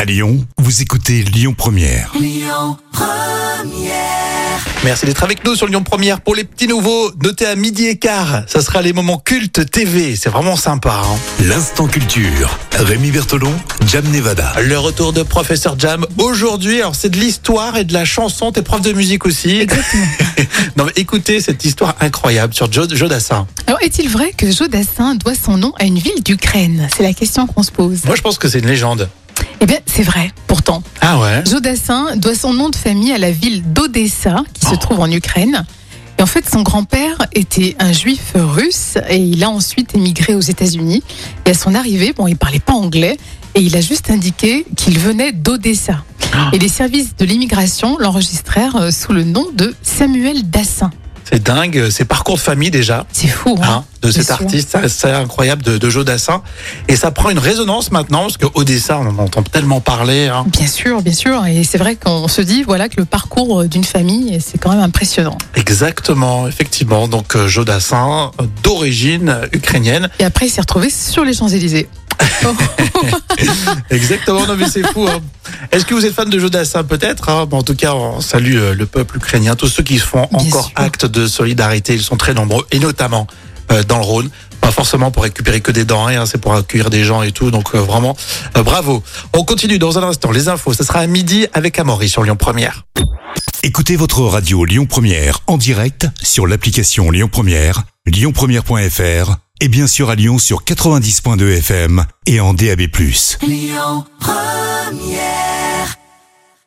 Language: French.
À Lyon, vous écoutez Lyon Première. Merci d'être avec nous sur Lyon Première pour les petits nouveaux. Notez à midi et quart, ça sera les moments cultes TV. C'est vraiment sympa. hein. L'instant culture. Rémi Bertolon, Jam Nevada. Le retour de Professeur Jam aujourd'hui. Alors c'est de l'histoire et de la chanson. T'es prof de musique aussi. non mais écoutez cette histoire incroyable sur Jo- Jodassin. Alors, est-il vrai que Jodassin doit son nom à une ville d'Ukraine C'est la question qu'on se pose. Moi je pense que c'est une légende. Eh bien, c'est vrai, pourtant. Ah ouais. Jodassin doit son nom de famille à la ville d'Odessa, qui se trouve en Ukraine. Et en fait, son grand-père était un juif russe et il a ensuite émigré aux États-Unis. Et à son arrivée, bon, il parlait pas anglais et il a juste indiqué qu'il venait d'Odessa. Et les services de l'immigration l'enregistrèrent euh, sous le nom de Samuel Dassin. C'est dingue. C'est parcours de famille déjà. C'est fou, hein hein, de cet sûr. artiste, ça- c'est incroyable de, de Jodassin. Et ça prend une résonance maintenant, parce qu'Odessa, on en entend tellement parler. hein. Bien sûr, bien sûr. Et c'est vrai qu'on se dit voilà que le parcours euh, d'une famille, c'est quand même impressionnant. Exactement, effectivement. Donc euh, Jodassin, euh, d'origine euh, ukrainienne. Et après, il s'est retrouvé sur les Champs-Élysées. Oh, Exactement, non mais c'est fou. hein. Est-ce que vous êtes fan de Jodassin peut-être hein Bon, En tout cas, on salue euh, le peuple ukrainien, tous ceux qui font Bien encore sûr. acte de solidarité. Ils sont très nombreux, et notamment euh, dans le Rhône. Pas forcément pour récupérer que des denrées, hein, c'est pour accueillir des gens et tout. Donc euh, vraiment, euh, bravo. On continue dans un instant. Les infos, ce sera à midi avec Amaury sur Lyon Première. Écoutez votre radio Lyon Première en direct sur l'application Lyon Première, lyonpremière.fr et bien sûr à Lyon sur 90.2 FM et en DAB+.